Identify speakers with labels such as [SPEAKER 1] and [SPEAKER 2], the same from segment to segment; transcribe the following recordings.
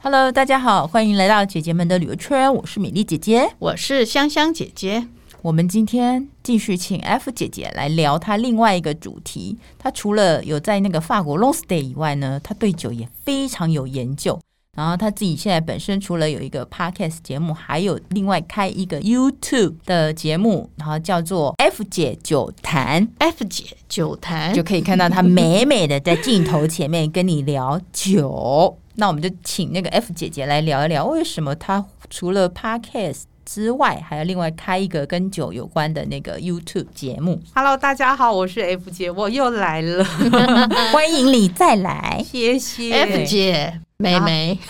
[SPEAKER 1] Hello，大家好，欢迎来到姐姐们的旅游圈，我是米粒姐姐。
[SPEAKER 2] 我是香香姐姐。
[SPEAKER 1] 我们今天继续请 F 姐姐来聊她另外一个主题。她除了有在那个法国 long stay 以外呢，她对酒也非常有研究。然后她自己现在本身除了有一个 podcast 节目，还有另外开一个 YouTube 的节目，然后叫做 F 姐酒谈。
[SPEAKER 2] F 姐酒坛
[SPEAKER 1] 就可以看到他美美的在镜头前面跟你聊 酒。那我们就请那个 F 姐姐来聊一聊，为什么她除了 Podcast 之外，还要另外开一个跟酒有关的那个 YouTube 节目？
[SPEAKER 3] Hello，大家好，我是 F 姐，我又 来了，
[SPEAKER 1] 欢迎你再来。
[SPEAKER 3] 谢谢。
[SPEAKER 2] F 姐妹妹，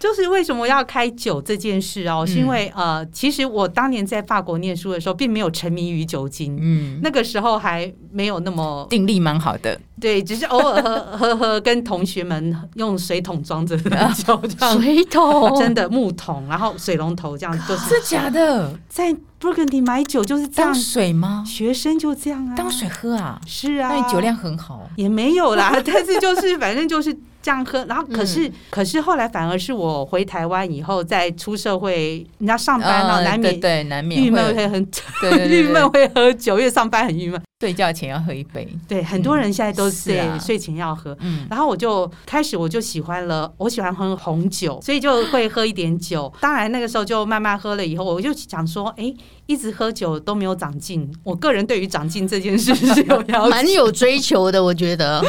[SPEAKER 3] 就是为什么要开酒这件事
[SPEAKER 1] 嗯
[SPEAKER 3] 哦，是因为呃，其实我当年在法国念书的时候，并没有沉迷于酒精，
[SPEAKER 1] 嗯，
[SPEAKER 3] 那个时候还没有那么
[SPEAKER 1] 定力蛮好的，
[SPEAKER 3] 对，只是偶尔喝喝喝，跟同学们用水桶装着的酒 这样。
[SPEAKER 2] 水桶
[SPEAKER 3] 啊 真的木桶，然后水龙头这样，就是
[SPEAKER 1] 是假的？
[SPEAKER 3] 在 Burgundy 买酒就是这样
[SPEAKER 1] 当，水吗？
[SPEAKER 3] 学生就这样啊，
[SPEAKER 1] 当水喝嗯啊？
[SPEAKER 3] 是啊，
[SPEAKER 1] 那你酒量很好，
[SPEAKER 3] 也没有啦， 但是就是反正就是这样喝，然后
[SPEAKER 1] 嗯
[SPEAKER 3] 可是、可是后来反而是我回台湾以后，在出社会，人家上班了、
[SPEAKER 1] 嗯
[SPEAKER 3] 难
[SPEAKER 1] 对
[SPEAKER 3] 免
[SPEAKER 1] 对难免
[SPEAKER 3] 郁闷
[SPEAKER 1] 会
[SPEAKER 3] 会很
[SPEAKER 1] 对对对对
[SPEAKER 3] 郁闷会喝酒，因为上班很郁闷。
[SPEAKER 1] 睡觉前要喝一杯，
[SPEAKER 3] 对，很多人现在都
[SPEAKER 1] 是
[SPEAKER 3] 是、
[SPEAKER 1] 啊
[SPEAKER 3] 睡前要喝。
[SPEAKER 1] 嗯，
[SPEAKER 3] 然后我就开始我就喜欢了，我喜欢喝红酒，所以就会喝一点酒。当然那个时候就慢慢喝了以后，我就想说，哎，一直喝酒都没有长进。我个人对于长进这件事是有要求，
[SPEAKER 2] 蛮有追求的，我觉得。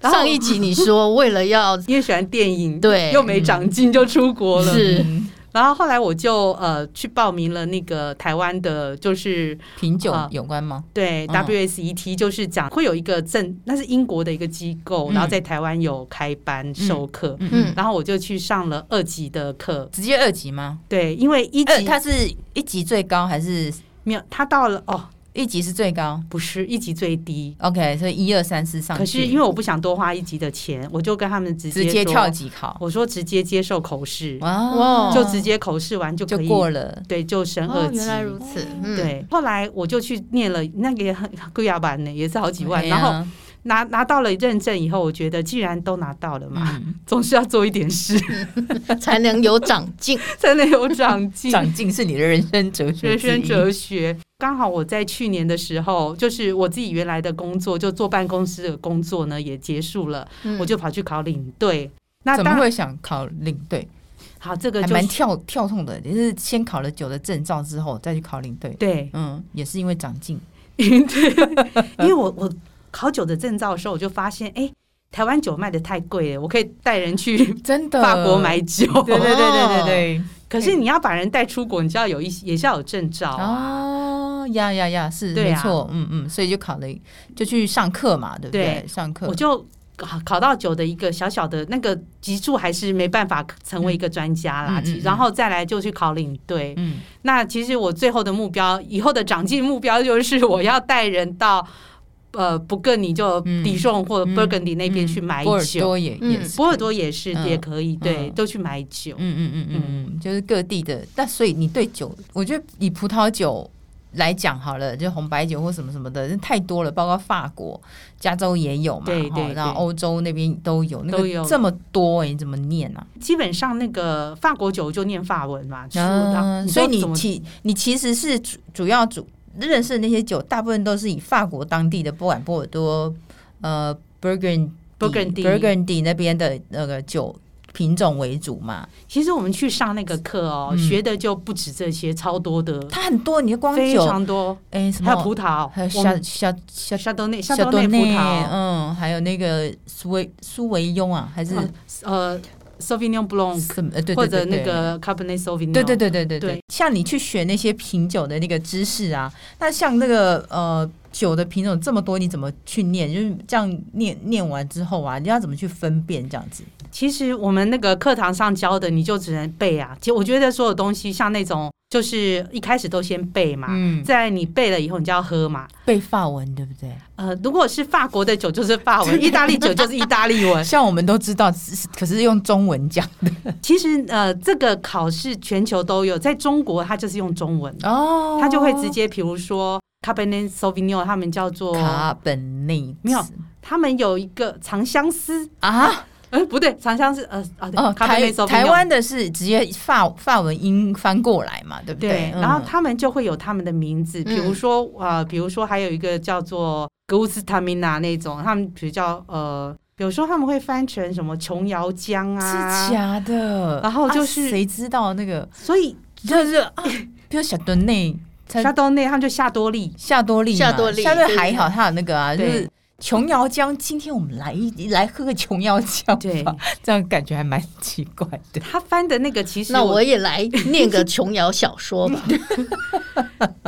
[SPEAKER 3] 然后
[SPEAKER 2] 上一集你说为了要
[SPEAKER 3] 因为喜欢电影，
[SPEAKER 2] 对
[SPEAKER 3] 又没长进就出国了。
[SPEAKER 2] 是
[SPEAKER 1] 嗯
[SPEAKER 3] 然后后来我就呃去报名了那个台湾的，就是
[SPEAKER 1] 品酒
[SPEAKER 3] 啊
[SPEAKER 1] 有关吗？
[SPEAKER 3] 对
[SPEAKER 1] 嗯
[SPEAKER 3] WSET，、就是讲会有一个证，那是英国的一个机构，
[SPEAKER 1] 嗯
[SPEAKER 3] 然后在台湾有开班授课。
[SPEAKER 1] 嗯
[SPEAKER 2] 嗯
[SPEAKER 3] 然后我就去上了二级的课，
[SPEAKER 1] 直接二级吗？
[SPEAKER 3] 对，因为一
[SPEAKER 1] 呃，
[SPEAKER 3] 级
[SPEAKER 1] 它是一级最高还是
[SPEAKER 3] 没有，他到了哦，
[SPEAKER 1] 一级是最高
[SPEAKER 3] 不是一级最低，
[SPEAKER 1] ？OK，所以一二三四上去，
[SPEAKER 3] 可是因为我不想多花一级的钱，我就跟他们直接
[SPEAKER 1] 直接
[SPEAKER 3] 说
[SPEAKER 1] 跳，级考，
[SPEAKER 3] 我说直接接受口试，
[SPEAKER 1] 哇，
[SPEAKER 3] 就直接口试完就
[SPEAKER 1] 就
[SPEAKER 3] 可以
[SPEAKER 1] 过了。
[SPEAKER 3] 对，就升二
[SPEAKER 2] 哦，
[SPEAKER 3] 级。
[SPEAKER 2] 原来如此，嗯，
[SPEAKER 3] 对，后来我就去念了那个也很贵啊版呢，也是好几万，
[SPEAKER 1] 哎呀
[SPEAKER 3] 然 后拿拿到了认证以后，我觉得既然都拿到了嘛，
[SPEAKER 1] 嗯
[SPEAKER 3] 总是要做一点 事
[SPEAKER 2] 才能有长进。
[SPEAKER 3] 才能有长进。
[SPEAKER 1] 长进是你的人生哲学，
[SPEAKER 3] 学生哲，学，刚好我在去年的时候，就是我自己原来的工作，就坐办公室的工作呢也结束了，
[SPEAKER 2] 嗯
[SPEAKER 3] 我就跑去考领队。那
[SPEAKER 1] 怎
[SPEAKER 3] 当
[SPEAKER 1] 么
[SPEAKER 3] 然，
[SPEAKER 1] 会想考领队？
[SPEAKER 3] 好，这个
[SPEAKER 1] 还
[SPEAKER 3] 就
[SPEAKER 1] 蛮
[SPEAKER 3] 是
[SPEAKER 1] 跳跳痛的，也是先考了酒的证照之后再去考领队，
[SPEAKER 3] 对，
[SPEAKER 1] 嗯，也是因为长进，嗯
[SPEAKER 3] 因为我我考酒的证照的时候，我就发现，哎、台湾酒卖的太贵了，我可以带人去
[SPEAKER 1] 真的
[SPEAKER 3] 法国买酒。哦
[SPEAKER 1] 对对对对对对，
[SPEAKER 3] 可是你要把人带出国，你就要有一些也是要有证照啊。
[SPEAKER 1] 哦，呀呀呀，是
[SPEAKER 3] 对
[SPEAKER 1] 没
[SPEAKER 3] 啊
[SPEAKER 1] 错，嗯嗯，所以就考了，就去上课嘛，对不对？
[SPEAKER 3] 对
[SPEAKER 1] 上课
[SPEAKER 3] 我就考考到酒的一个小小的那个级数，还是没办法成为一个专家啦。
[SPEAKER 1] 嗯嗯
[SPEAKER 3] 其
[SPEAKER 1] 嗯嗯
[SPEAKER 3] 然后再来就去考领队。
[SPEAKER 1] 嗯，
[SPEAKER 3] 那其实我最后的目标，以后的长进目标就是我要带人到呃不跟你就
[SPEAKER 1] 嗯
[SPEAKER 3] 迪颂或
[SPEAKER 1] 嗯
[SPEAKER 3] Burgundy 那
[SPEAKER 1] 嗯
[SPEAKER 3] 边去买
[SPEAKER 1] 波尔
[SPEAKER 3] 酒，
[SPEAKER 1] 多也
[SPEAKER 2] 嗯
[SPEAKER 1] 也是，
[SPEAKER 3] 波尔多也是
[SPEAKER 1] 嗯
[SPEAKER 3] 也可以，对，
[SPEAKER 1] 嗯
[SPEAKER 3] 都去买酒。
[SPEAKER 1] 嗯嗯嗯嗯嗯，就是各地的。那所以你对酒，我觉得以葡萄酒来讲好了，就红白酒或什么什么的，太多了，包括法国、加州也有嘛，
[SPEAKER 3] 对
[SPEAKER 1] 哈
[SPEAKER 3] 对对
[SPEAKER 1] 然后欧洲那边都有，那
[SPEAKER 3] 都
[SPEAKER 1] 个
[SPEAKER 3] 有
[SPEAKER 1] 这么多哎、你怎么念啊？
[SPEAKER 3] 基本上那个法国酒就念法文嘛，出
[SPEAKER 1] 啊
[SPEAKER 3] 到
[SPEAKER 1] 所以
[SPEAKER 3] 你
[SPEAKER 1] 你
[SPEAKER 3] 说怎么
[SPEAKER 1] 其你其实是主主要主认识的那些酒，大部分都是以法国当地的，不管波尔多、呃 Burgundy、
[SPEAKER 3] Burgundy
[SPEAKER 1] Burgundy 那边的那个酒品种为主嘛。
[SPEAKER 3] 其实我们去上那个课哦，
[SPEAKER 1] 嗯
[SPEAKER 3] 学的就不止这些，超多的，
[SPEAKER 1] 它很多，你就光
[SPEAKER 3] 非
[SPEAKER 1] 酒
[SPEAKER 3] 常多，
[SPEAKER 1] 哎什么
[SPEAKER 3] 还有葡萄，
[SPEAKER 1] 还有
[SPEAKER 3] 我
[SPEAKER 1] 夏
[SPEAKER 3] 们
[SPEAKER 1] 夏夏
[SPEAKER 3] 夏多内、夏
[SPEAKER 1] 夏
[SPEAKER 3] 多
[SPEAKER 1] 多
[SPEAKER 3] 内
[SPEAKER 1] 内
[SPEAKER 3] 葡萄，
[SPEAKER 1] 嗯，还有那个苏维苏维庸啊，还是
[SPEAKER 3] 嗯呃，Sauvignon Blanc
[SPEAKER 1] 什么？呃对对
[SPEAKER 3] 或
[SPEAKER 1] 对
[SPEAKER 3] 者那
[SPEAKER 1] 对
[SPEAKER 3] 个 Cabernet Sauvignon，
[SPEAKER 1] 对对对对对对
[SPEAKER 3] 对，
[SPEAKER 1] 像你去学那些品酒的那个知识啊，那像那个呃酒的品种这么多，你怎么去念？就是这样念念完之后啊，你要怎么去分辨这样子？
[SPEAKER 3] 其实我们那个课堂上教的，你就只能背啊。其实我觉得所有东西，像那种就是一开始都先背嘛，
[SPEAKER 1] 嗯，
[SPEAKER 3] 再来你背了以后，你就要喝嘛。
[SPEAKER 1] 背法文对不对？
[SPEAKER 3] 呃，如果是法国的酒就是法 文，意大利酒就是意大利文。
[SPEAKER 1] 像我们都知道，只是可是用中文讲
[SPEAKER 3] 其实呃，这个考试全球都有，在中国它就是用中文，
[SPEAKER 1] 哦
[SPEAKER 3] 它就会直接，比如说 Cabernet Sauvignon，他们叫做
[SPEAKER 1] 卡本内
[SPEAKER 3] 没有他们有一个长相思，
[SPEAKER 1] 啊，
[SPEAKER 3] 哎，不对，长香是呃啊，对
[SPEAKER 1] 哦，
[SPEAKER 3] 咖啡
[SPEAKER 1] 台
[SPEAKER 3] 类
[SPEAKER 1] 台湾的是直接法法文音翻过来嘛，对不
[SPEAKER 3] 对，
[SPEAKER 1] 嗯
[SPEAKER 3] 然后他们就会有他们的名字，比如
[SPEAKER 2] 嗯
[SPEAKER 3] 说呃，比如说还有一个叫做格乌斯塔米娜那种，他们比如叫呃，有时候他们会翻成什么琼瑶浆
[SPEAKER 1] 是
[SPEAKER 3] 啊，
[SPEAKER 1] 假的，
[SPEAKER 3] 然后就
[SPEAKER 1] 啊
[SPEAKER 3] 是
[SPEAKER 1] 谁知道那个
[SPEAKER 3] 所以
[SPEAKER 1] 就是啊，比如小墩内才
[SPEAKER 3] 夏多内他们就夏多利，
[SPEAKER 1] 夏多利嘛，
[SPEAKER 2] 夏多利
[SPEAKER 1] 夏多利
[SPEAKER 2] 对
[SPEAKER 1] 还好，他有那个啊，就
[SPEAKER 3] 对
[SPEAKER 1] 是琼瑶浆。今天我们来一来喝个琼瑶浆吧，
[SPEAKER 3] 对
[SPEAKER 1] 这样感觉还蛮奇怪的。
[SPEAKER 3] 他翻的那个其实
[SPEAKER 2] 那我也来念个琼瑶小说吧，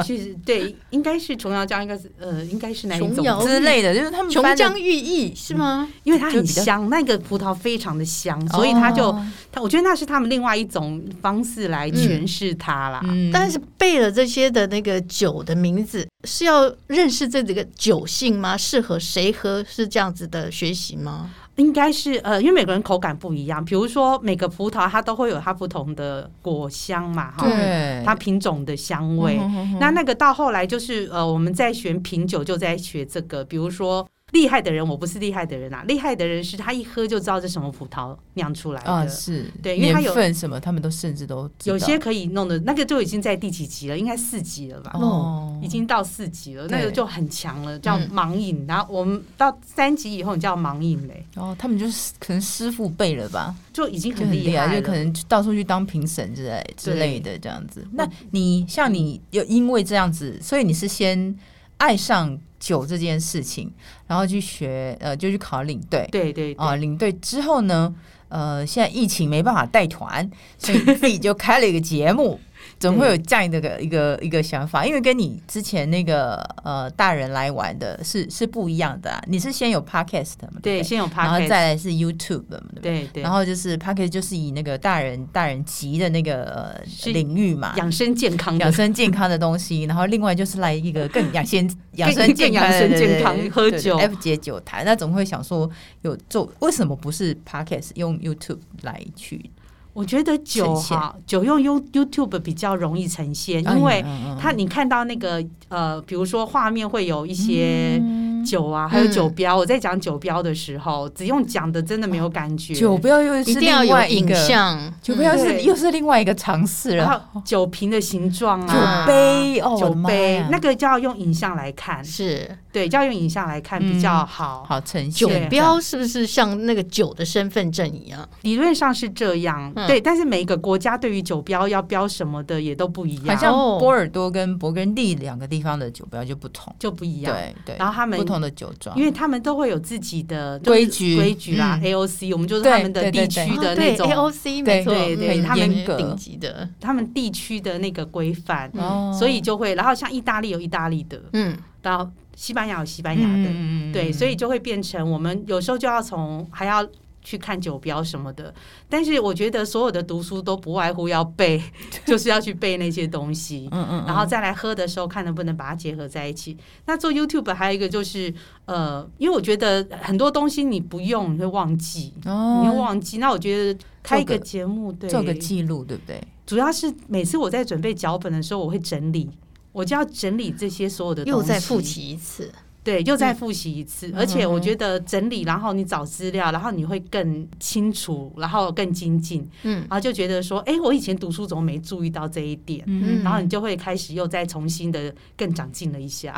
[SPEAKER 3] 其实对，应该是琼瑶浆，应该是呃，应该是哪一
[SPEAKER 2] 琼
[SPEAKER 3] 种？
[SPEAKER 2] 瑶
[SPEAKER 1] 之类的，就是他们
[SPEAKER 2] 《琼
[SPEAKER 1] 翻的
[SPEAKER 2] 浆玉液》是吗？
[SPEAKER 3] 因为它
[SPEAKER 1] 就
[SPEAKER 3] 很
[SPEAKER 1] 比较
[SPEAKER 3] 香，那个葡萄非常的香，所以它就
[SPEAKER 1] 哦
[SPEAKER 3] 它，我觉得那是他们另外一种方式来诠释它啦。
[SPEAKER 1] 嗯
[SPEAKER 2] 但是背了这些的那个酒的名字，是要认识这几个酒性吗？适合谁喝是这样子的学习吗？
[SPEAKER 3] 应该是呃，因为每个人口感不一样，比如说每个葡萄它都会有它不同的果香嘛，哈，
[SPEAKER 1] 对啊
[SPEAKER 3] 它品种的香味。
[SPEAKER 1] 嗯哼哼
[SPEAKER 3] 那那个到后来就是呃，我们在选品酒就在学这个，比如说厉害的人，我不是厉害的人啊，厉害的人是他一喝就知道这什么葡萄酿出来的。
[SPEAKER 1] 啊是，
[SPEAKER 3] 对因为它有
[SPEAKER 1] 年份什么，他们都甚至都知道
[SPEAKER 3] 有些可以弄的那个就已经在第几集了，应该四集了吧？
[SPEAKER 1] 哦
[SPEAKER 3] 已经到四级了，那
[SPEAKER 1] 对
[SPEAKER 3] 个就很强了，叫
[SPEAKER 2] 嗯
[SPEAKER 3] 盲饮。然后我们到三级以后，你叫盲饮嘞，
[SPEAKER 1] 哦，他们就是可能师傅辈了吧，
[SPEAKER 3] 就已经
[SPEAKER 1] 就
[SPEAKER 3] 很
[SPEAKER 1] 很
[SPEAKER 3] 厉
[SPEAKER 1] 厉害，
[SPEAKER 3] 害
[SPEAKER 1] 就可
[SPEAKER 3] 了。
[SPEAKER 1] 能到处去当评审之类之类的这样子。
[SPEAKER 3] 嗯
[SPEAKER 1] 那你像你有因为这样子，所以你是先爱上酒这件事情，然后去学呃，就去考领队
[SPEAKER 3] 对对
[SPEAKER 1] 啊、
[SPEAKER 3] 对，
[SPEAKER 1] 领队之后呢，呃，现在疫情没办法带团，所以自己就开了一个节 目。怎么会有这样的一个一个一个想法？因为跟你之前那个呃大人来玩的是是不一样的啊。你是先有 podcast 嘛？
[SPEAKER 3] 对，
[SPEAKER 1] 不
[SPEAKER 3] 先有
[SPEAKER 1] 然后
[SPEAKER 3] podcast，
[SPEAKER 1] 再来是 YouTube 嘛？对不对
[SPEAKER 3] 对对
[SPEAKER 1] 然，后就是 p a c k a g e 就是以那个大人大人级的那个呃
[SPEAKER 3] 是
[SPEAKER 1] 领域嘛，
[SPEAKER 3] 养生健康的
[SPEAKER 1] 养，生健康的东西，然 后另外就是来一个更养先养生
[SPEAKER 3] 更
[SPEAKER 1] 健康的
[SPEAKER 3] 养生
[SPEAKER 1] 对对
[SPEAKER 3] 健康
[SPEAKER 1] 对
[SPEAKER 3] 喝
[SPEAKER 1] 对
[SPEAKER 3] 酒
[SPEAKER 1] F 姐酒坛，那总会想说有做为什么不是 p a c k a g e 用 YouTube 来去？
[SPEAKER 3] 我觉得酒
[SPEAKER 1] 呈现嗯
[SPEAKER 3] 哈，酒用 You YouTube 比较容易呈现，因为
[SPEAKER 1] 哎
[SPEAKER 3] 它你看到那个呃，比如说画面会有一些
[SPEAKER 1] 嗯
[SPEAKER 3] 酒啊，还有酒标。我在讲酒标的时候，只用讲的真的没有感觉。
[SPEAKER 1] 酒不要又
[SPEAKER 2] 一
[SPEAKER 1] 是
[SPEAKER 2] 定要
[SPEAKER 1] 另
[SPEAKER 2] 有
[SPEAKER 1] 外一
[SPEAKER 2] 影
[SPEAKER 1] 个，
[SPEAKER 2] 像，
[SPEAKER 1] 酒不要
[SPEAKER 3] 嗯
[SPEAKER 1] 是
[SPEAKER 3] 对
[SPEAKER 1] 又是另外一个尝试
[SPEAKER 3] 然
[SPEAKER 1] 了。
[SPEAKER 3] 后酒瓶的形状
[SPEAKER 1] 酒
[SPEAKER 3] 啊，
[SPEAKER 1] 杯哦，我
[SPEAKER 3] 酒
[SPEAKER 1] 的妈
[SPEAKER 3] 杯
[SPEAKER 1] 呀
[SPEAKER 3] 那个就要用影像来看，
[SPEAKER 2] 是
[SPEAKER 1] 嗯
[SPEAKER 3] 对，就要用影像来看比较好。
[SPEAKER 1] 好呈现
[SPEAKER 2] 酒
[SPEAKER 1] 这样
[SPEAKER 2] 标是不是像那个酒的身份证一样？
[SPEAKER 3] 理论上是这样，
[SPEAKER 2] 嗯
[SPEAKER 3] 对，但是每一个国家对于酒标要标什么的也都不一
[SPEAKER 1] 好
[SPEAKER 3] 样，
[SPEAKER 1] 像
[SPEAKER 2] 哦
[SPEAKER 1] 波尔多跟勃艮第两个地方的酒标就不同，
[SPEAKER 3] 就不一样。
[SPEAKER 1] 对对，
[SPEAKER 3] 然后他们
[SPEAKER 1] 不同的酒庄，
[SPEAKER 3] 因为他们都会有自己的
[SPEAKER 1] 规矩
[SPEAKER 3] 规矩啦
[SPEAKER 1] 嗯
[SPEAKER 3] ，AOC，我们就是
[SPEAKER 1] 对
[SPEAKER 3] 他们的
[SPEAKER 1] 对对啊
[SPEAKER 3] 地
[SPEAKER 1] 对
[SPEAKER 3] 区的
[SPEAKER 2] 哦
[SPEAKER 3] 那
[SPEAKER 2] 对
[SPEAKER 3] 种，
[SPEAKER 2] AOC
[SPEAKER 1] 对
[SPEAKER 2] 没错，
[SPEAKER 3] 对对
[SPEAKER 2] 嗯
[SPEAKER 3] 他
[SPEAKER 1] 们
[SPEAKER 2] 很顶级的，
[SPEAKER 3] 他们地区的那个规范，
[SPEAKER 1] 哦
[SPEAKER 3] 所以就会，然后像意大利有意大利的，
[SPEAKER 2] 嗯，
[SPEAKER 3] 然后西班牙有西班牙的，
[SPEAKER 1] 嗯嗯嗯嗯
[SPEAKER 3] 对，所以就会变成我们有时候就要从还要去看酒标什么的，但是我觉得所有的读书都不外乎 要背，就是要去背那些东西。
[SPEAKER 1] 嗯嗯，
[SPEAKER 3] 然后再来喝的时候，看能不能把它结合在一起。那做 YouTube 还有一个就是，呃，因为我觉得很多东西你不用你会忘记，你会
[SPEAKER 1] 哦，
[SPEAKER 3] 忘记。那我觉得开一
[SPEAKER 1] 做
[SPEAKER 3] 个
[SPEAKER 1] 个
[SPEAKER 3] 节目，对，
[SPEAKER 1] 做个记录，对不对？
[SPEAKER 3] 主要是每次我在准备脚本的时候，我会整理，我就要整理这些所有的东西，
[SPEAKER 2] 又再复习一次，
[SPEAKER 3] 对，又再复习一次。而且我觉得整理，然后你找资料，然后你会更清楚，然后更精进，
[SPEAKER 2] 嗯
[SPEAKER 3] 然后就觉得说，哎、我以前读书怎么没注意到这一点？
[SPEAKER 2] 嗯
[SPEAKER 3] 然后你就会开始又再重新的更长进了一下，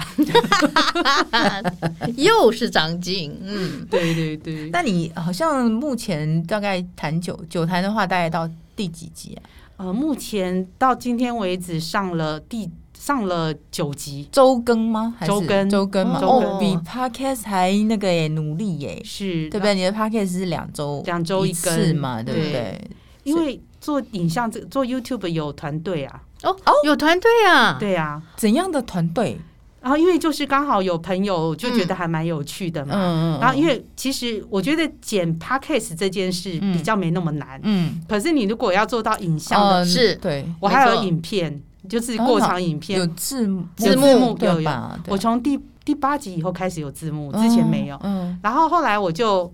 [SPEAKER 2] 又是长进， 嗯，
[SPEAKER 3] 对对对，
[SPEAKER 1] 那你好像目前大概谈酒酒坛的话，大概到第几集啊？
[SPEAKER 3] 呃，目前到今天为止上了第上了九集，
[SPEAKER 1] 周更吗？还是
[SPEAKER 3] 周更
[SPEAKER 1] 周更嘛？
[SPEAKER 3] 周
[SPEAKER 1] 哦，
[SPEAKER 2] 更
[SPEAKER 1] 比 podcast 还那个耶，努力耶，
[SPEAKER 3] 是
[SPEAKER 1] 对不对？你的 podcast 是两周
[SPEAKER 3] 两周一
[SPEAKER 1] 一
[SPEAKER 3] 更
[SPEAKER 1] 次嘛，对不
[SPEAKER 3] 对
[SPEAKER 1] 对？
[SPEAKER 3] 因为做影像这做 YouTube 有团队啊，
[SPEAKER 2] 哦，有团队啊，
[SPEAKER 3] 对啊，
[SPEAKER 1] 怎样的团队？
[SPEAKER 3] 然后因为就是刚好有朋友就觉得还蛮有趣的
[SPEAKER 1] 嗯
[SPEAKER 3] 嘛，
[SPEAKER 1] 嗯嗯，
[SPEAKER 3] 然后因为其实我觉得剪 podcast 这件事
[SPEAKER 1] 嗯
[SPEAKER 3] 比较没那么难，
[SPEAKER 1] 嗯，
[SPEAKER 3] 可是你如果要做到影像的，
[SPEAKER 1] 嗯
[SPEAKER 2] 是
[SPEAKER 1] 对，
[SPEAKER 3] 我还
[SPEAKER 2] 没
[SPEAKER 3] 有
[SPEAKER 2] 错
[SPEAKER 3] 影片，就是过场
[SPEAKER 1] 哦
[SPEAKER 3] 影
[SPEAKER 1] 有
[SPEAKER 3] 片，
[SPEAKER 1] 字幕
[SPEAKER 2] 字幕
[SPEAKER 3] 有
[SPEAKER 1] 对
[SPEAKER 3] 有
[SPEAKER 1] 吧？对
[SPEAKER 3] 我从第第八集以后开始有字幕，之前没有，
[SPEAKER 1] 嗯，
[SPEAKER 3] 然后后来我就，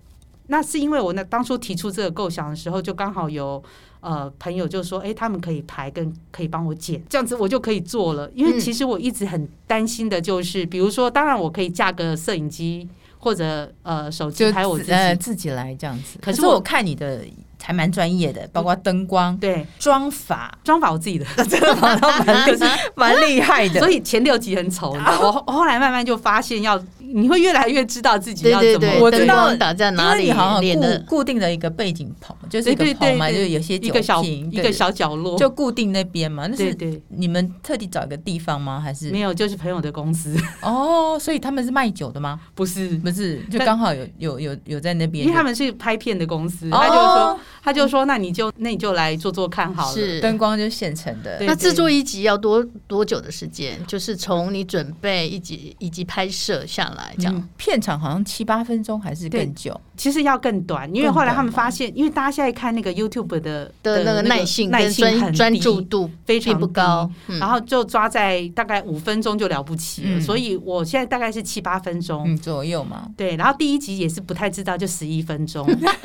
[SPEAKER 3] 那是因为我那当初提出这个构想的时候，就刚好有呃朋友就说，哎，他们可以排跟可以帮我剪，这样子我就可以做了。因为
[SPEAKER 2] 嗯
[SPEAKER 3] 其实我一直很担心的就是，比如说，当然我可以架个摄影机。或者呃手机
[SPEAKER 1] 就
[SPEAKER 3] 还有我自己。
[SPEAKER 1] 呃自己来这样子。
[SPEAKER 3] 可是
[SPEAKER 1] 我
[SPEAKER 3] 我嗯
[SPEAKER 1] 看你的还蛮专业的，包括灯光、
[SPEAKER 3] 对，
[SPEAKER 1] 妆 法，啊
[SPEAKER 3] 妆法我自己的，
[SPEAKER 1] 真的蛮 蛮蛮厉害的。
[SPEAKER 3] 所以前六集很丑，你知
[SPEAKER 2] 啊
[SPEAKER 3] 道我后我后来慢慢就发现要，你会越来越知道自己
[SPEAKER 2] 对
[SPEAKER 3] 要
[SPEAKER 2] 对
[SPEAKER 3] 怎么。
[SPEAKER 2] 对，
[SPEAKER 1] 我知
[SPEAKER 2] 灯
[SPEAKER 1] 道
[SPEAKER 2] 光打在
[SPEAKER 1] 因
[SPEAKER 2] 哪
[SPEAKER 1] 为
[SPEAKER 2] 里
[SPEAKER 1] 你好，
[SPEAKER 2] 脸
[SPEAKER 1] 像
[SPEAKER 2] 的
[SPEAKER 1] 固固定的一个背景棚，就是
[SPEAKER 3] 对
[SPEAKER 1] 一个
[SPEAKER 3] 对
[SPEAKER 1] 棚
[SPEAKER 3] 对
[SPEAKER 1] 嘛，就
[SPEAKER 3] 对
[SPEAKER 1] 是有些
[SPEAKER 3] 一
[SPEAKER 1] 酒
[SPEAKER 3] 个小
[SPEAKER 1] 瓶，
[SPEAKER 3] 一
[SPEAKER 1] 对
[SPEAKER 3] 个小角落，
[SPEAKER 1] 就固定那边嘛。那
[SPEAKER 3] 对
[SPEAKER 1] 是
[SPEAKER 3] 对，
[SPEAKER 1] 你们特地找一个地方吗？还是
[SPEAKER 3] 没有，就是朋友的公司，
[SPEAKER 1] 哦？所以他们是卖酒的吗？
[SPEAKER 3] 不是，
[SPEAKER 1] 不是，就
[SPEAKER 3] 但
[SPEAKER 1] 刚好有有有有在那边
[SPEAKER 3] 因
[SPEAKER 1] 就，
[SPEAKER 3] 为他们是拍片的公司，
[SPEAKER 1] 哦
[SPEAKER 3] 他就说他就说那你就那你就来做做看好了。
[SPEAKER 2] 是
[SPEAKER 1] 灯光就是现成的，
[SPEAKER 3] 对
[SPEAKER 2] 那制作一集要多多久的时间？就是从你准备以及以及拍摄下来这样。
[SPEAKER 1] 嗯片场好像七八分钟还是
[SPEAKER 3] 对
[SPEAKER 1] 更久，
[SPEAKER 3] 其实要更短，因为后来他们发现，因为大家现在看那个 YouTube 的
[SPEAKER 2] 的那个耐性
[SPEAKER 3] 耐
[SPEAKER 2] 跟
[SPEAKER 3] 性很
[SPEAKER 2] 专
[SPEAKER 3] 低
[SPEAKER 2] 专注度
[SPEAKER 3] 非常
[SPEAKER 2] 并不
[SPEAKER 3] 低
[SPEAKER 2] 高，，嗯
[SPEAKER 3] 然后就抓在大概五分钟就了不起了，
[SPEAKER 1] 嗯
[SPEAKER 3] 所以我现在大概是七八分钟。
[SPEAKER 1] 嗯左右嘛。
[SPEAKER 3] 对，然后第一集也是不太知道，就十一分 钟，
[SPEAKER 1] 我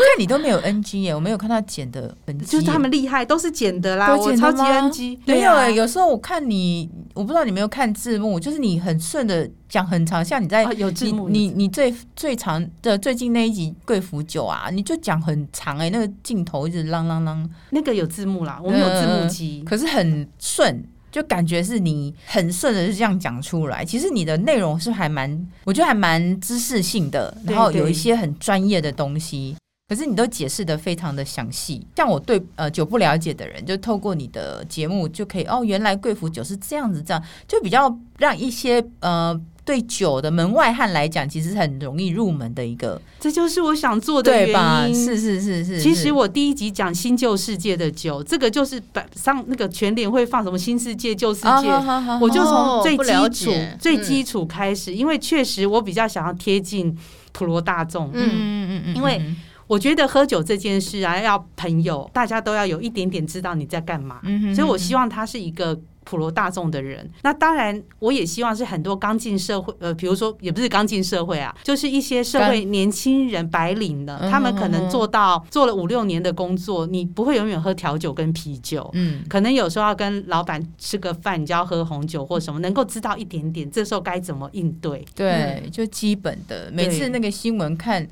[SPEAKER 1] 看你都没有 NG 耶，我没有看到剪的痕迹耶，
[SPEAKER 3] 就是他们厉害，都是剪的啦，
[SPEAKER 1] 都
[SPEAKER 3] 我
[SPEAKER 1] 剪的
[SPEAKER 3] 超级
[SPEAKER 1] 吗
[SPEAKER 3] NG，
[SPEAKER 1] 没
[SPEAKER 3] 对
[SPEAKER 1] 有欸
[SPEAKER 3] 啊
[SPEAKER 1] 耶。有时候我看你，我不知道你有没有看字幕，就是你很顺的讲很长，像你在
[SPEAKER 3] 哦有字幕，
[SPEAKER 1] 你
[SPEAKER 3] 有
[SPEAKER 1] 你你最最长的最近那一集贵腐酒啊，你就讲很长哎、那个镜头一直啷啷啷，
[SPEAKER 3] 那个有字幕啦，我们有字幕机，
[SPEAKER 1] 可是很顺，就感觉是你很顺的就这样讲出来。其实你的内容是还蛮，我觉得还蛮知识性的，
[SPEAKER 3] 对
[SPEAKER 1] 然后有
[SPEAKER 3] 对
[SPEAKER 1] 一些很专业的东西。可是你都解释的非常的详细，像我对呃酒不了解的人，就透过你的节目就可以哦，原来贵腐酒是这样子，这样就比较让一些呃对酒的门外汉来讲，其实很容易入门的一个
[SPEAKER 3] 这就是我想做的
[SPEAKER 1] 嗯对吧？
[SPEAKER 3] 原因。
[SPEAKER 1] 是是是是，
[SPEAKER 3] 其实
[SPEAKER 1] 是
[SPEAKER 3] 我第一集讲新旧世界的酒，这个就是把上那个全联会放什么新世界、旧世界，
[SPEAKER 1] 啊好好好
[SPEAKER 3] 我就
[SPEAKER 2] 哦
[SPEAKER 3] 从最
[SPEAKER 2] 不了
[SPEAKER 3] 基础、
[SPEAKER 2] 解
[SPEAKER 3] 最
[SPEAKER 2] 嗯
[SPEAKER 3] 基础开始，因为确实我比较想要贴近普罗大众。
[SPEAKER 2] 嗯，
[SPEAKER 1] 嗯嗯
[SPEAKER 3] 因为我觉得喝酒这件事啊，要朋友，大家都要有一点点知道你在干嘛。
[SPEAKER 1] 嗯
[SPEAKER 3] 所以我希
[SPEAKER 1] 望
[SPEAKER 3] 望他是一个普罗大众的人。那当然，我也希望是很多刚进社会，呃，比如说也不是刚进社会啊，就是一些社会年轻人白领的，
[SPEAKER 1] 嗯
[SPEAKER 3] 他们可能做到做了五六年的工作，你不会永远喝调酒跟啤酒。
[SPEAKER 1] 嗯
[SPEAKER 3] 可能有时候要跟老板吃个饭，你就要喝红酒或什么，能够知道一点点，这时候该怎么应对。
[SPEAKER 1] 对，
[SPEAKER 3] 嗯
[SPEAKER 1] 就基本的。每次
[SPEAKER 3] 对
[SPEAKER 1] 那个新闻看，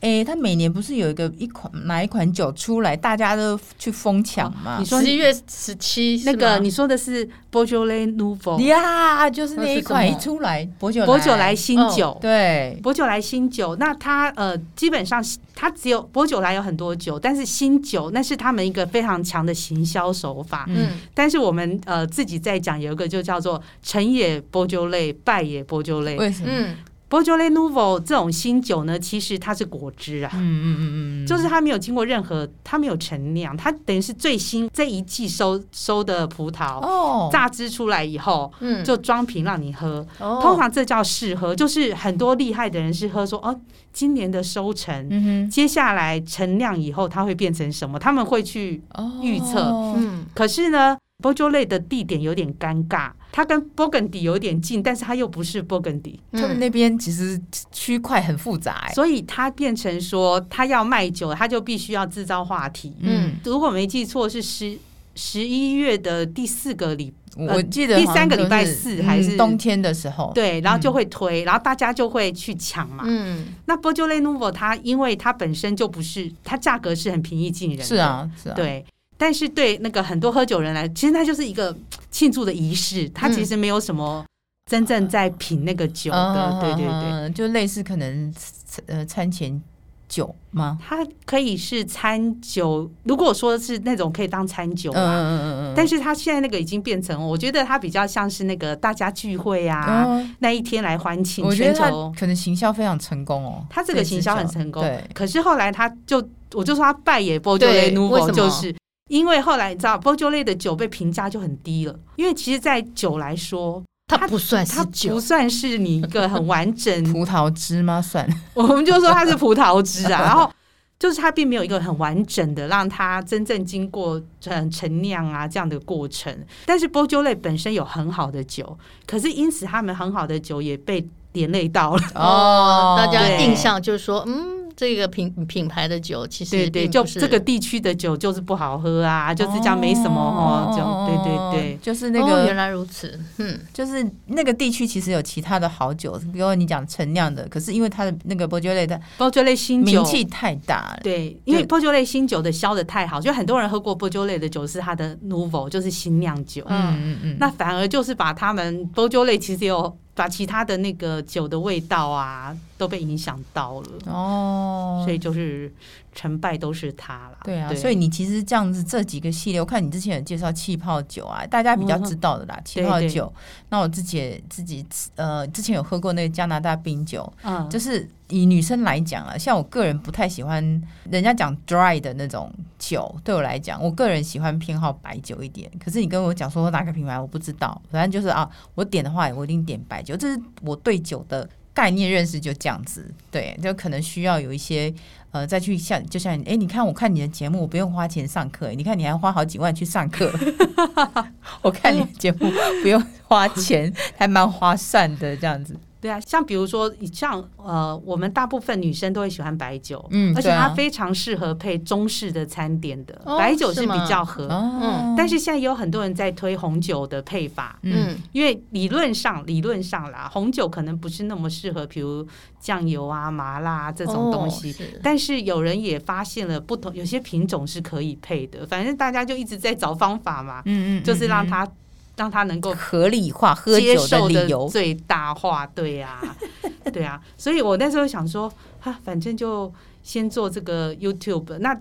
[SPEAKER 1] 诶，他每年不是有一个一款哪一款酒出来，大家都去疯抢嘛
[SPEAKER 3] 哦你？说
[SPEAKER 2] 十一月十七
[SPEAKER 3] 那个你说的是 Beaujolais Nouveau，
[SPEAKER 1] 呀，就是那一款
[SPEAKER 2] 那是
[SPEAKER 1] 一
[SPEAKER 2] 什么
[SPEAKER 1] 出来，哦博酒
[SPEAKER 3] 博酒来新酒，
[SPEAKER 1] 对，
[SPEAKER 3] 薄酒来新酒，那它呃，基本上它只有薄酒来有很多酒，但是新酒那是他们一个非常强的行销手法。
[SPEAKER 2] 嗯
[SPEAKER 3] 但是我们呃自己在讲有一个就叫做成也薄酒类，败也薄酒类。
[SPEAKER 1] 为什么？
[SPEAKER 2] 嗯
[SPEAKER 3] 薄酒类 Nouveau 这种新酒呢，其实它是果汁啊。
[SPEAKER 1] 嗯嗯嗯嗯，
[SPEAKER 3] 就是是它没有经过任何，它没有陈酿，它等于是最新这一季收收的葡萄
[SPEAKER 1] 哦，
[SPEAKER 3] 榨汁出来以后，
[SPEAKER 2] 嗯，哦
[SPEAKER 3] 就装瓶让你喝。通
[SPEAKER 2] 通
[SPEAKER 3] 常这叫试喝，就是很多厉害的人是喝说哦，今年的收成，
[SPEAKER 1] 嗯
[SPEAKER 3] 接下来陈酿以后它会变成什么，他们会去。
[SPEAKER 1] 哼，哦
[SPEAKER 3] 预测
[SPEAKER 2] 嗯
[SPEAKER 3] 可是呢 b o j o l a 的地点有点尴尬，它跟 Burgundy 有点近，但是它又不是 Burgundy，
[SPEAKER 2] 嗯
[SPEAKER 1] 他们那边其实区块很复杂欸，
[SPEAKER 3] 嗯所以它变成说它要卖酒，它就必须要制造话题。
[SPEAKER 1] 嗯，
[SPEAKER 3] 如果没记错，是十十一月的第四个礼
[SPEAKER 1] 我记得
[SPEAKER 3] 嗯第
[SPEAKER 1] 好像
[SPEAKER 3] 三个
[SPEAKER 1] 都
[SPEAKER 3] 礼拜
[SPEAKER 1] 是
[SPEAKER 3] 四
[SPEAKER 1] 嗯
[SPEAKER 3] 还是
[SPEAKER 1] 冬天的时候，
[SPEAKER 3] 对，然后就会推，然后大家就会去抢嘛。
[SPEAKER 2] 嗯
[SPEAKER 3] 那 b o j o l a Nouveau 它因为它本身就不是，它价格是很平易近人的，
[SPEAKER 1] 是，啊是啊，
[SPEAKER 3] 对。但是对那个很多喝酒人来，其实它就是一个庆祝的仪式，它
[SPEAKER 1] 嗯
[SPEAKER 3] 其实没有什么真正在品那个酒
[SPEAKER 1] 嗯
[SPEAKER 3] 的，对对对。
[SPEAKER 1] 对，就类似可能呃餐前酒吗？
[SPEAKER 3] 它可以是餐酒，如果说是那种可以当餐酒
[SPEAKER 1] 嗯嗯
[SPEAKER 3] 啊，
[SPEAKER 1] 嗯嗯，
[SPEAKER 3] 但
[SPEAKER 1] 是
[SPEAKER 3] 是它现在那个已经变成，我觉得它比较像是那个大家聚会啊，
[SPEAKER 1] 啊，
[SPEAKER 3] 那一天来欢庆
[SPEAKER 1] 我觉
[SPEAKER 3] 全
[SPEAKER 1] 得他
[SPEAKER 3] 球。
[SPEAKER 1] 可能行销非常成功哦，
[SPEAKER 3] 他这个行销很成功
[SPEAKER 1] 对，
[SPEAKER 3] 可是后来他就，我就说他败也 b o j o l a
[SPEAKER 2] 对
[SPEAKER 3] n o u
[SPEAKER 2] 为
[SPEAKER 3] v e
[SPEAKER 2] 什
[SPEAKER 3] a
[SPEAKER 2] 么
[SPEAKER 3] 就是因为后来你知道 b o j o l a 的酒被评价就很低了，因为其实，在酒来说，
[SPEAKER 2] 它
[SPEAKER 3] 它
[SPEAKER 2] 不算
[SPEAKER 3] 它
[SPEAKER 2] 是
[SPEAKER 3] 不
[SPEAKER 2] 酒，
[SPEAKER 3] 算是你一个很完 整，
[SPEAKER 1] 葡萄汁吗？算
[SPEAKER 3] 我们就说它是葡萄汁啊，然后。就是它并没有一个很完整的让它真正经过很陈酿啊这样的过程，但是 b o j o l a 本身有很好的酒，可是因此他们很好的酒也被连累到了，
[SPEAKER 2] 哦大家
[SPEAKER 3] 对
[SPEAKER 2] 印象就是说，嗯，这个品品牌的酒其实
[SPEAKER 3] 对对，
[SPEAKER 2] 并
[SPEAKER 3] 就
[SPEAKER 2] 不是哦
[SPEAKER 3] 这个地区的酒就是不好喝啊，就是这样没什么哦，这样对对对，
[SPEAKER 1] 就是那
[SPEAKER 2] 哦，
[SPEAKER 1] 个、
[SPEAKER 2] 原来如此，嗯，
[SPEAKER 1] 就是那个地区其实有其他的好酒，比如你讲陈酿的，可是因为它的那个伯爵类的
[SPEAKER 3] 包括类新酒
[SPEAKER 1] 名气太大了，
[SPEAKER 3] 对，因为
[SPEAKER 1] 对
[SPEAKER 3] 波酒类新酒的销的太好，就很多人喝过波酒类的酒是它的 Nouveau，就是新酿酒。
[SPEAKER 1] 嗯嗯嗯，
[SPEAKER 3] 那反而就是把他们波酒类其实有把其他的那个酒的味道啊都被影响到了，
[SPEAKER 1] 哦，
[SPEAKER 3] 所以就是成败都是它啦。
[SPEAKER 1] 对啊，所以你其实这样子这几个系列，我看你之前有介绍气泡酒啊，大家比较知道的啦，气泡
[SPEAKER 3] 对对
[SPEAKER 1] 酒。那我自己也自己呃，之前有喝过那个加拿大冰酒，
[SPEAKER 3] 嗯，
[SPEAKER 1] 就是以女生来讲啊，像我个人不太喜欢人家讲 dry 的那种酒，对我来讲，我个人喜欢偏好白酒一点。可是你跟我讲说哪个品牌，我不知道，反正就是啊，我点的话我一定点白酒，这是我对酒的概念认识就这样子。对，就可能需要有一些呃，再去像就像你，哎，你看我看你的节目，我不用花钱上课，你看你还花好几万去上课， 我看你的节目不用花钱，还蛮划算的这样子。
[SPEAKER 3] 对啊，像比如说像呃，我们大部分女生都会喜欢白酒，
[SPEAKER 1] 嗯
[SPEAKER 3] 而且
[SPEAKER 1] 对啊
[SPEAKER 3] 它非常适合配中式的餐点的，
[SPEAKER 2] 哦
[SPEAKER 3] 白酒
[SPEAKER 2] 是
[SPEAKER 3] 是比
[SPEAKER 2] 吗
[SPEAKER 3] 较合。
[SPEAKER 1] 哦
[SPEAKER 3] 但是现在也有很多人在推红酒的配法，
[SPEAKER 1] 嗯
[SPEAKER 2] 嗯
[SPEAKER 3] 因为理论上理论上啦，红酒可能不是那么适合，比如酱油啊、麻辣啊这种东西。
[SPEAKER 2] 哦是
[SPEAKER 3] 但是有人也发现了不同，有些品种是可以配的。反正大家就一直在找方法嘛，
[SPEAKER 1] 嗯嗯，
[SPEAKER 3] 就是让
[SPEAKER 1] 嗯
[SPEAKER 3] 它让它能够
[SPEAKER 1] 合理化喝
[SPEAKER 3] 接
[SPEAKER 1] 酒
[SPEAKER 3] 受
[SPEAKER 1] 理
[SPEAKER 3] 的
[SPEAKER 1] 由。
[SPEAKER 3] 最大化，对 呀、对啊，所以我那时候想说，啊，反正就先做这个 YouTube。那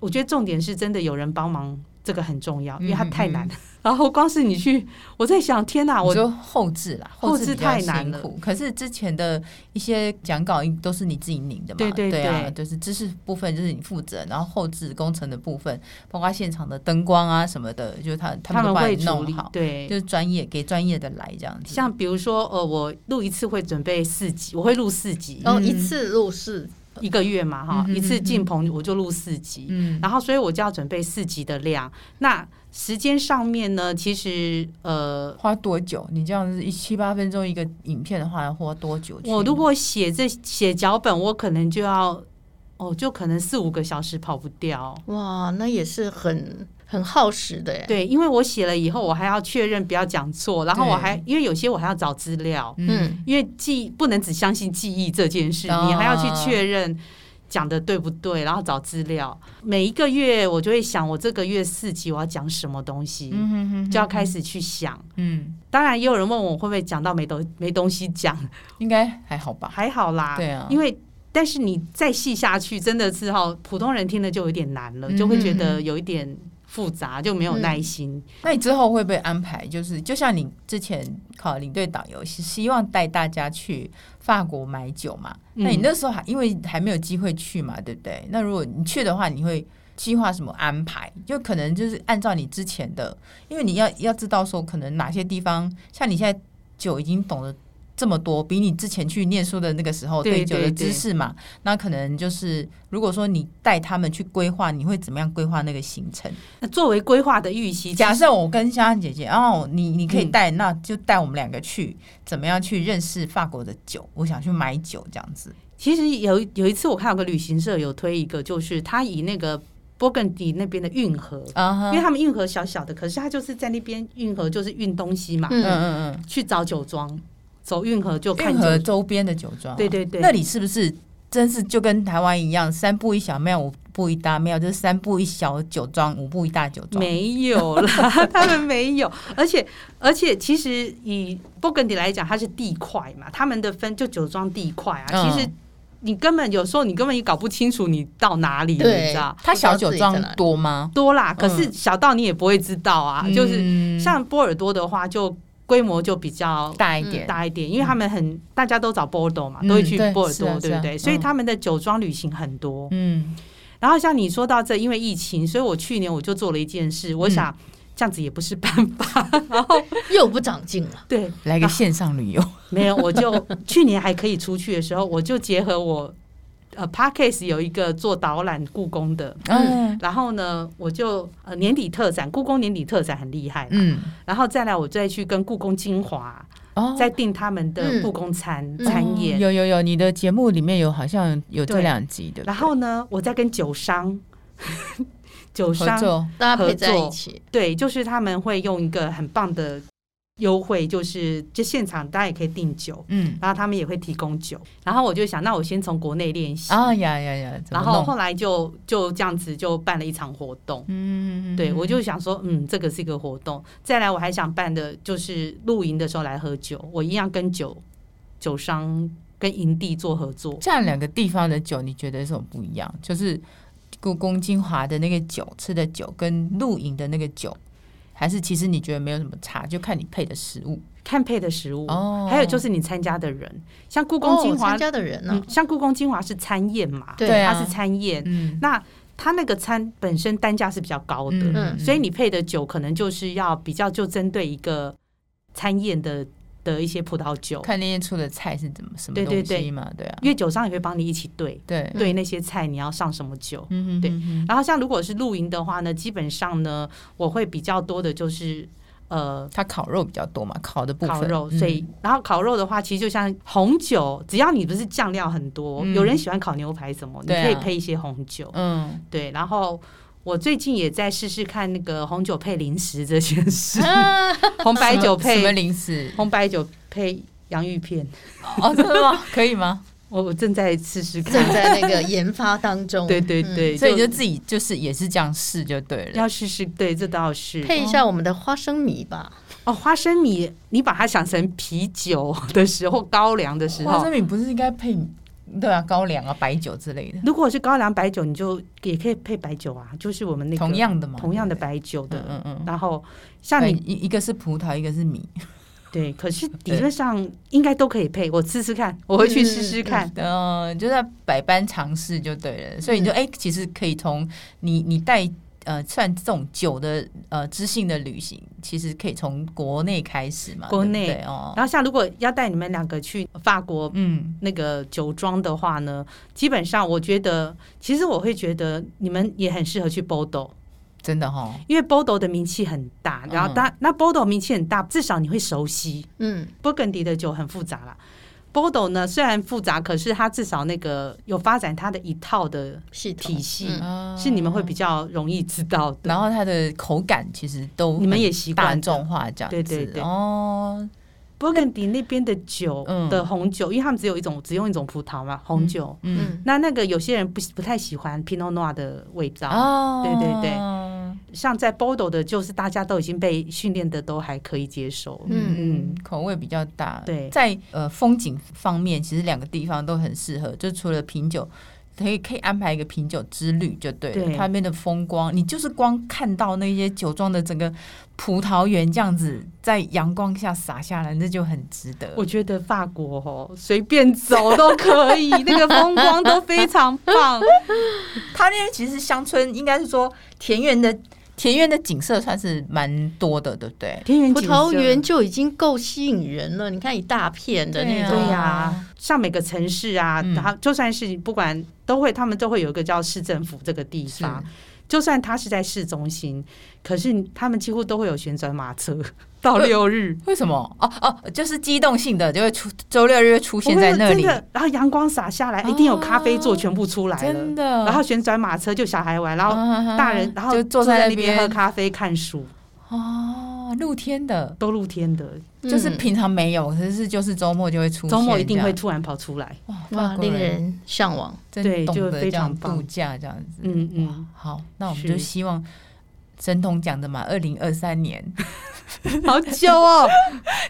[SPEAKER 3] 我觉得重点是真的有人帮忙，这个很重
[SPEAKER 1] 嗯
[SPEAKER 3] 要，因为它太难了。然后光是你去，我在想，天哪，
[SPEAKER 1] 我
[SPEAKER 3] 我
[SPEAKER 1] 就后置啦，
[SPEAKER 3] 后
[SPEAKER 1] 置
[SPEAKER 3] 置
[SPEAKER 1] 比较
[SPEAKER 3] 太难
[SPEAKER 1] 辛
[SPEAKER 3] 了
[SPEAKER 1] 苦。可是之前的一些讲稿都是你自己拧的嘛，
[SPEAKER 3] 对对
[SPEAKER 1] 啊，就
[SPEAKER 3] 对
[SPEAKER 1] 是知识部分就是你负责，然后后置工程的部分，包括现场的灯光啊什么的，就是他
[SPEAKER 3] 他
[SPEAKER 1] 们
[SPEAKER 3] 们
[SPEAKER 1] 都帮
[SPEAKER 3] 会
[SPEAKER 1] 你
[SPEAKER 3] 处
[SPEAKER 1] 弄
[SPEAKER 3] 理
[SPEAKER 1] 好，，
[SPEAKER 3] 对，
[SPEAKER 1] 就是专业给专业的来这样子。
[SPEAKER 3] 像比如说，呃，我录一次会准备四集，我会录四集，
[SPEAKER 2] 然后
[SPEAKER 1] 嗯
[SPEAKER 2] 哦一次入市，
[SPEAKER 3] 一个月嘛，
[SPEAKER 1] 嗯
[SPEAKER 3] 哈，
[SPEAKER 1] 哼
[SPEAKER 3] 一次
[SPEAKER 1] 嗯哼
[SPEAKER 3] 进棚我就录四集，
[SPEAKER 1] 嗯
[SPEAKER 3] 然后所以我就要准备四集的量。那时间上面呢，其实呃，
[SPEAKER 1] 花多久？你这样子一七八分钟一个影片的话，要花多久去？
[SPEAKER 3] 我如果写这写脚本，我可能就要哦，就可能四五个小时跑不掉。
[SPEAKER 2] 哇，那也是很很耗时的耶。
[SPEAKER 3] 对，因为我写了以后，我还要确认不要讲错，然后我
[SPEAKER 1] 对
[SPEAKER 3] 还因为有些我还要找资料，
[SPEAKER 1] 嗯，
[SPEAKER 2] 嗯，
[SPEAKER 3] 因为记不能只相信记忆这件事，
[SPEAKER 1] 哦
[SPEAKER 3] 你还要去确认讲的对不对，然后找资料。每一个月我就会想，我这个月四集我要讲什么东西，
[SPEAKER 1] 嗯哼哼
[SPEAKER 3] 就要开始去想。
[SPEAKER 1] 嗯，
[SPEAKER 3] 当然，也有人问我会不会讲到没东没东西讲，
[SPEAKER 1] 应该还好吧？
[SPEAKER 3] 还好啦，
[SPEAKER 1] 对啊
[SPEAKER 3] 因为。但是你再细下去，真的是哈，普通人听了就有点难
[SPEAKER 1] 嗯
[SPEAKER 3] 了，就会觉得有一点复杂，就没有耐心。
[SPEAKER 1] 那你之后会不会安排？就是就像你之前考领队导游，是希望带大家去法国买酒嘛？
[SPEAKER 3] 嗯
[SPEAKER 1] 那你那时候还因为还没有机会去嘛，对不对？那如果你去的话，你会计划什么安排？就可能就是按照你之前的，因为你要要知道说，可能哪些地方，像你现在酒已经懂得这么多，比你之前去念书的那个时候
[SPEAKER 3] 对
[SPEAKER 1] 对酒的
[SPEAKER 3] 对
[SPEAKER 1] 知
[SPEAKER 3] 对
[SPEAKER 1] 识嘛，那可能就是如果说你带他们去规划，你会怎么样规划那个行程？
[SPEAKER 3] 那作为规划的预期，
[SPEAKER 1] 假设我跟香香姐姐，哦，你你可以
[SPEAKER 3] 嗯
[SPEAKER 1] 带，那就带我们两个去，怎么样去认识法国的酒？我想去买酒这样子。
[SPEAKER 3] 其实有有一次，我看有个旅行社有推一个，就是他以那个勃艮第那边的运河，
[SPEAKER 1] 啊哈
[SPEAKER 3] 因为他们运河小小的，可是他就是在那边运河就是运东西嘛，
[SPEAKER 1] 嗯
[SPEAKER 2] 嗯，
[SPEAKER 1] 嗯嗯
[SPEAKER 3] 去找酒庄，走运河就
[SPEAKER 1] 嗯，
[SPEAKER 3] 看
[SPEAKER 1] 运
[SPEAKER 3] 酒
[SPEAKER 1] 河，周边的酒庄，啊
[SPEAKER 3] 对对对，
[SPEAKER 1] 那里是不是真是就跟台湾一样，三步一小庙，五步一大庙，就是三步一小酒庄，五步一大酒庄？
[SPEAKER 3] 没有啦，他们没有，而且而且其实以勃艮第来讲，它是地块嘛，他们的分就酒庄地块啊，
[SPEAKER 1] 嗯
[SPEAKER 3] 其实你根本有时候你根本也搞不清楚你到哪里，你
[SPEAKER 2] 对
[SPEAKER 3] 知道
[SPEAKER 1] 它小酒庄
[SPEAKER 2] 不知道自己在哪里
[SPEAKER 1] 多吗？
[SPEAKER 3] 多啦，可是
[SPEAKER 1] 嗯
[SPEAKER 3] 小到你也不会知道啊，就是
[SPEAKER 1] 是
[SPEAKER 3] 像波尔多的话，就规模就比较。
[SPEAKER 1] 嗯大一点，
[SPEAKER 3] 嗯大一点，因为他们很大家都找波尔多嘛，
[SPEAKER 1] 嗯
[SPEAKER 3] 都会去
[SPEAKER 1] 对
[SPEAKER 3] 波尔
[SPEAKER 1] 是啊
[SPEAKER 3] 多，对
[SPEAKER 1] 是啊
[SPEAKER 3] 不对？所以
[SPEAKER 1] 嗯
[SPEAKER 3] 他们的酒庄旅行很多。
[SPEAKER 1] 嗯
[SPEAKER 3] 然后像你说到这，因为疫情，所以我去年我就做了一件事，我想
[SPEAKER 1] 嗯
[SPEAKER 3] 这样子也不是办法。然后
[SPEAKER 2] 又不长进了。
[SPEAKER 3] 对，
[SPEAKER 1] 来个线上旅游，
[SPEAKER 3] 没有，我就去年还可以出去的时候，我就结合我呃 p a r k a s 有一个做导览故宫的，
[SPEAKER 1] 嗯
[SPEAKER 3] 然后呢，我就呃年底特展，故宫年底特展很厉害，
[SPEAKER 1] 嗯
[SPEAKER 3] 然后再来我再去跟故宫精华
[SPEAKER 1] 哦，
[SPEAKER 3] 在订他们的
[SPEAKER 2] 嗯
[SPEAKER 3] 布公餐、
[SPEAKER 2] 嗯
[SPEAKER 3] 餐
[SPEAKER 1] 哦
[SPEAKER 3] 宴。
[SPEAKER 1] 有有有，你的节目里面有好像有这
[SPEAKER 3] 对
[SPEAKER 1] 两集的，对不
[SPEAKER 3] 然后呢，我再跟酒商， 酒
[SPEAKER 1] 对合
[SPEAKER 3] 商
[SPEAKER 1] 作
[SPEAKER 2] 大家陪在
[SPEAKER 3] 合
[SPEAKER 2] 一
[SPEAKER 3] 作
[SPEAKER 2] 起，
[SPEAKER 3] 对，就是他们会用一个很棒的优惠，就是就现场大家也可以订酒，
[SPEAKER 1] 嗯
[SPEAKER 3] 然后他们也会提供酒。然后我就想，那我先从国内练习，
[SPEAKER 1] 啊呀呀呀，怎
[SPEAKER 3] 然
[SPEAKER 1] 么
[SPEAKER 3] 后
[SPEAKER 1] 弄
[SPEAKER 3] 后来就就这样子就办了一场活动。
[SPEAKER 1] 嗯，
[SPEAKER 3] 对，我就想说，嗯，这个是一个活动。再来，我还想办的就是露营的时候来喝酒，我一样跟酒酒商跟营地做合作。
[SPEAKER 1] 这样两个地方的酒，你觉得有什么不一样？就是故宫金华的那个酒，吃的酒跟露营的那个酒，还是其实你觉得没有什么差，就看你配的食物
[SPEAKER 3] 看配的食物，
[SPEAKER 1] 哦
[SPEAKER 3] 还有就是你参加的人，像故宫精
[SPEAKER 2] 哦
[SPEAKER 3] 华，
[SPEAKER 2] 参加的人呢
[SPEAKER 3] 嗯，，像故宫精华是餐宴嘛，
[SPEAKER 2] 对
[SPEAKER 1] 对啊，
[SPEAKER 3] 它是餐宴，
[SPEAKER 1] 嗯
[SPEAKER 3] 那它那个餐本身单价是比较高的，
[SPEAKER 2] 嗯
[SPEAKER 3] 所以你配的酒可能就是要比较就针对一个餐宴的的一些葡萄酒，
[SPEAKER 1] 看那天出的菜是怎么什么
[SPEAKER 3] 对
[SPEAKER 1] 东
[SPEAKER 3] 对
[SPEAKER 1] 西
[SPEAKER 3] 对
[SPEAKER 1] 嘛，对啊，
[SPEAKER 3] 因为酒商也会帮你一起对
[SPEAKER 1] 对，
[SPEAKER 3] 对那些菜你要上什么酒。
[SPEAKER 1] 嗯
[SPEAKER 3] 对
[SPEAKER 1] 对，
[SPEAKER 3] 然后像如果是露营的话呢，基本上呢，我会比较多的就是呃
[SPEAKER 1] 它烤肉比较多嘛，烤的部分嗯
[SPEAKER 3] 烤肉，所以、然后烤肉的话，其实就像红酒，只要你不是酱料很多，
[SPEAKER 1] 嗯
[SPEAKER 3] 有人喜欢烤牛排什么，你
[SPEAKER 1] 对啊
[SPEAKER 3] 可以配一些红酒。
[SPEAKER 1] 嗯
[SPEAKER 3] 对，然后我最近也在试试看那个红酒配零食这件 事，红
[SPEAKER 1] 嗯
[SPEAKER 3] 白酒
[SPEAKER 1] 什么什么
[SPEAKER 3] 配
[SPEAKER 1] 零食
[SPEAKER 3] 红白酒配洋芋片，
[SPEAKER 1] 哦，真的吗？可以吗？
[SPEAKER 3] 我我正在试试
[SPEAKER 2] 正
[SPEAKER 3] 看。
[SPEAKER 2] 在那个研发当中，
[SPEAKER 3] 对对
[SPEAKER 2] 嗯
[SPEAKER 3] 对，
[SPEAKER 1] 所以你就自己就是也是这样试就对了，
[SPEAKER 3] 要试试，对，这倒是
[SPEAKER 2] 配一下我们的花生米吧，
[SPEAKER 3] 哦。花生米，你把它想成啤酒的时候，高粱的时
[SPEAKER 1] 花
[SPEAKER 3] 候
[SPEAKER 1] 生，米不是应该配对啊高粱啊白酒之类的，
[SPEAKER 3] 如果是高粱白酒，你就也可以配白酒啊，就是我们那个
[SPEAKER 1] 同样的嘛，
[SPEAKER 3] 同样的
[SPEAKER 1] 对
[SPEAKER 3] 白酒
[SPEAKER 1] 不对
[SPEAKER 3] 的。
[SPEAKER 1] 嗯嗯嗯。
[SPEAKER 3] 然后像你
[SPEAKER 1] 对一一个是葡萄，一个是 米，
[SPEAKER 3] 对，可是理
[SPEAKER 1] 对
[SPEAKER 3] 论上应该都可以配，我试试看，我回去试试看。
[SPEAKER 1] 嗯，就在百般尝试就对了。所以你就哎、其实可以从你你带呃算这种酒的呃知性的旅行，其实可以从国内开始嘛，
[SPEAKER 3] 国内
[SPEAKER 1] 对不对哦，
[SPEAKER 3] 然后像如果要带你们两个去法国
[SPEAKER 1] 嗯，
[SPEAKER 3] 那个酒庄的话呢，基本上我觉得，其实我会觉得你们也很适合去 Bordeaux，
[SPEAKER 1] 真的哈、
[SPEAKER 3] 因为 Bordeaux 的名气很大，然后
[SPEAKER 1] 嗯
[SPEAKER 3] 大、那 Bordeaux 名气很大，至少你会熟悉。
[SPEAKER 2] 嗯，
[SPEAKER 3] 勃艮第的酒很复杂啦。Bordeaux 呢，虽然复杂，可是它至少那个有发展它的一套的
[SPEAKER 2] 系统
[SPEAKER 3] 体系，
[SPEAKER 2] 嗯
[SPEAKER 1] 啊
[SPEAKER 3] 是你们会比较容易知道的。
[SPEAKER 1] 然后它的口感其实都
[SPEAKER 3] 你们也
[SPEAKER 1] 很
[SPEAKER 3] 习
[SPEAKER 1] 大
[SPEAKER 3] 惯
[SPEAKER 1] 众化这样子
[SPEAKER 3] 对对对
[SPEAKER 1] 哦，
[SPEAKER 3] 勃艮第那边的酒
[SPEAKER 1] 嗯
[SPEAKER 3] 的红酒，因为他们只有一种，只用一种葡萄嘛，红酒。
[SPEAKER 1] 嗯
[SPEAKER 2] 嗯
[SPEAKER 3] 那那个有些人不喜不太喜欢 Pinot Noir 的味道，
[SPEAKER 1] 哦，
[SPEAKER 3] 对对对像在 Bordeaux 的，就是大家都已经被训练的都还可以接受。
[SPEAKER 1] 嗯
[SPEAKER 3] 嗯，
[SPEAKER 1] 口味比较大。
[SPEAKER 3] 对
[SPEAKER 1] 在呃风景方面，其实两个地方都很适合。就除了品酒，可以可以安排一个品酒之旅，就对了。
[SPEAKER 3] 对
[SPEAKER 1] 它那边的风光，你就是光看到那些酒庄的整个葡萄园这样子在阳光下洒下来，那就很值得。
[SPEAKER 3] 我觉得法国哦，随便走都可以，那个风光都非常棒。
[SPEAKER 1] 它那边其实乡村应该是说田园的田园的景色算是蛮多的，对不对？
[SPEAKER 3] 田园
[SPEAKER 2] 葡
[SPEAKER 3] 景色
[SPEAKER 2] 萄园就已经够吸引人了，你看一大片的
[SPEAKER 1] 对
[SPEAKER 2] 那
[SPEAKER 1] 啊
[SPEAKER 3] 对
[SPEAKER 2] 种，
[SPEAKER 3] 呀、像每个城市啊，
[SPEAKER 1] 嗯
[SPEAKER 3] 然后就算是不管都会，他们都会有一个叫市政府这个地
[SPEAKER 1] 是
[SPEAKER 3] 方。就算它是在市中心，可是他们几乎都会有旋转 马车。到六日
[SPEAKER 1] 为什么？哦哦，就是机动性的就会出周六日会出现在那
[SPEAKER 3] 我会
[SPEAKER 1] 里啊
[SPEAKER 3] 真，的，然后阳光洒下来，一定有咖啡座全部出来
[SPEAKER 1] 真
[SPEAKER 3] 了。
[SPEAKER 1] 的。啊
[SPEAKER 3] 然后旋转马车就小孩玩，然后
[SPEAKER 1] 后
[SPEAKER 3] 大人，然后
[SPEAKER 1] 就坐
[SPEAKER 3] 在
[SPEAKER 1] 那
[SPEAKER 3] 边喝咖啡、看书，
[SPEAKER 1] 哦，露天的，
[SPEAKER 3] 都露天的，
[SPEAKER 1] 就是
[SPEAKER 2] 嗯
[SPEAKER 1] 平常没有，可是就是周末就会出现这
[SPEAKER 3] 周
[SPEAKER 1] 样，
[SPEAKER 3] 末一定会突然跑出来。
[SPEAKER 1] 哇，
[SPEAKER 2] 哇，
[SPEAKER 1] 法国
[SPEAKER 2] 令人向往。
[SPEAKER 1] 真
[SPEAKER 3] 对
[SPEAKER 1] 懂
[SPEAKER 3] 就
[SPEAKER 1] 得
[SPEAKER 3] 非
[SPEAKER 1] 这样
[SPEAKER 3] 常棒
[SPEAKER 1] 度假这样子。
[SPEAKER 3] 嗯嗯，
[SPEAKER 1] 好，那我们
[SPEAKER 3] 是
[SPEAKER 1] 就希望神童讲的嘛，二零二三年
[SPEAKER 3] 好久哦，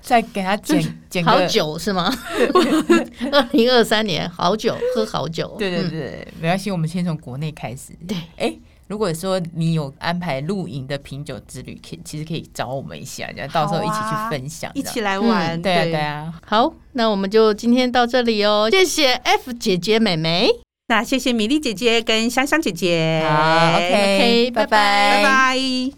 [SPEAKER 1] 再给他 减减
[SPEAKER 2] 好
[SPEAKER 1] 个。
[SPEAKER 2] 酒 是吗？二零二三年好酒，喝好酒。
[SPEAKER 1] 对对
[SPEAKER 2] 嗯，
[SPEAKER 1] 对，没关系，我们先从国内开始。
[SPEAKER 2] 对，
[SPEAKER 1] 哎，如果说你有安排露营的品酒之旅，可以其实可以找我们一下，然后到时候一起
[SPEAKER 3] 好啊
[SPEAKER 1] 去分享，
[SPEAKER 3] 一
[SPEAKER 1] 这
[SPEAKER 3] 起来玩。
[SPEAKER 1] 样对啊对啊，
[SPEAKER 2] 好，那我们就今天到这里哦，谢谢 F 姐姐妹妹。
[SPEAKER 3] 那谢谢米粒姐姐跟香香姐姐，
[SPEAKER 1] 好
[SPEAKER 2] OK，
[SPEAKER 1] ，OK，
[SPEAKER 2] 拜拜
[SPEAKER 3] 哎拜拜。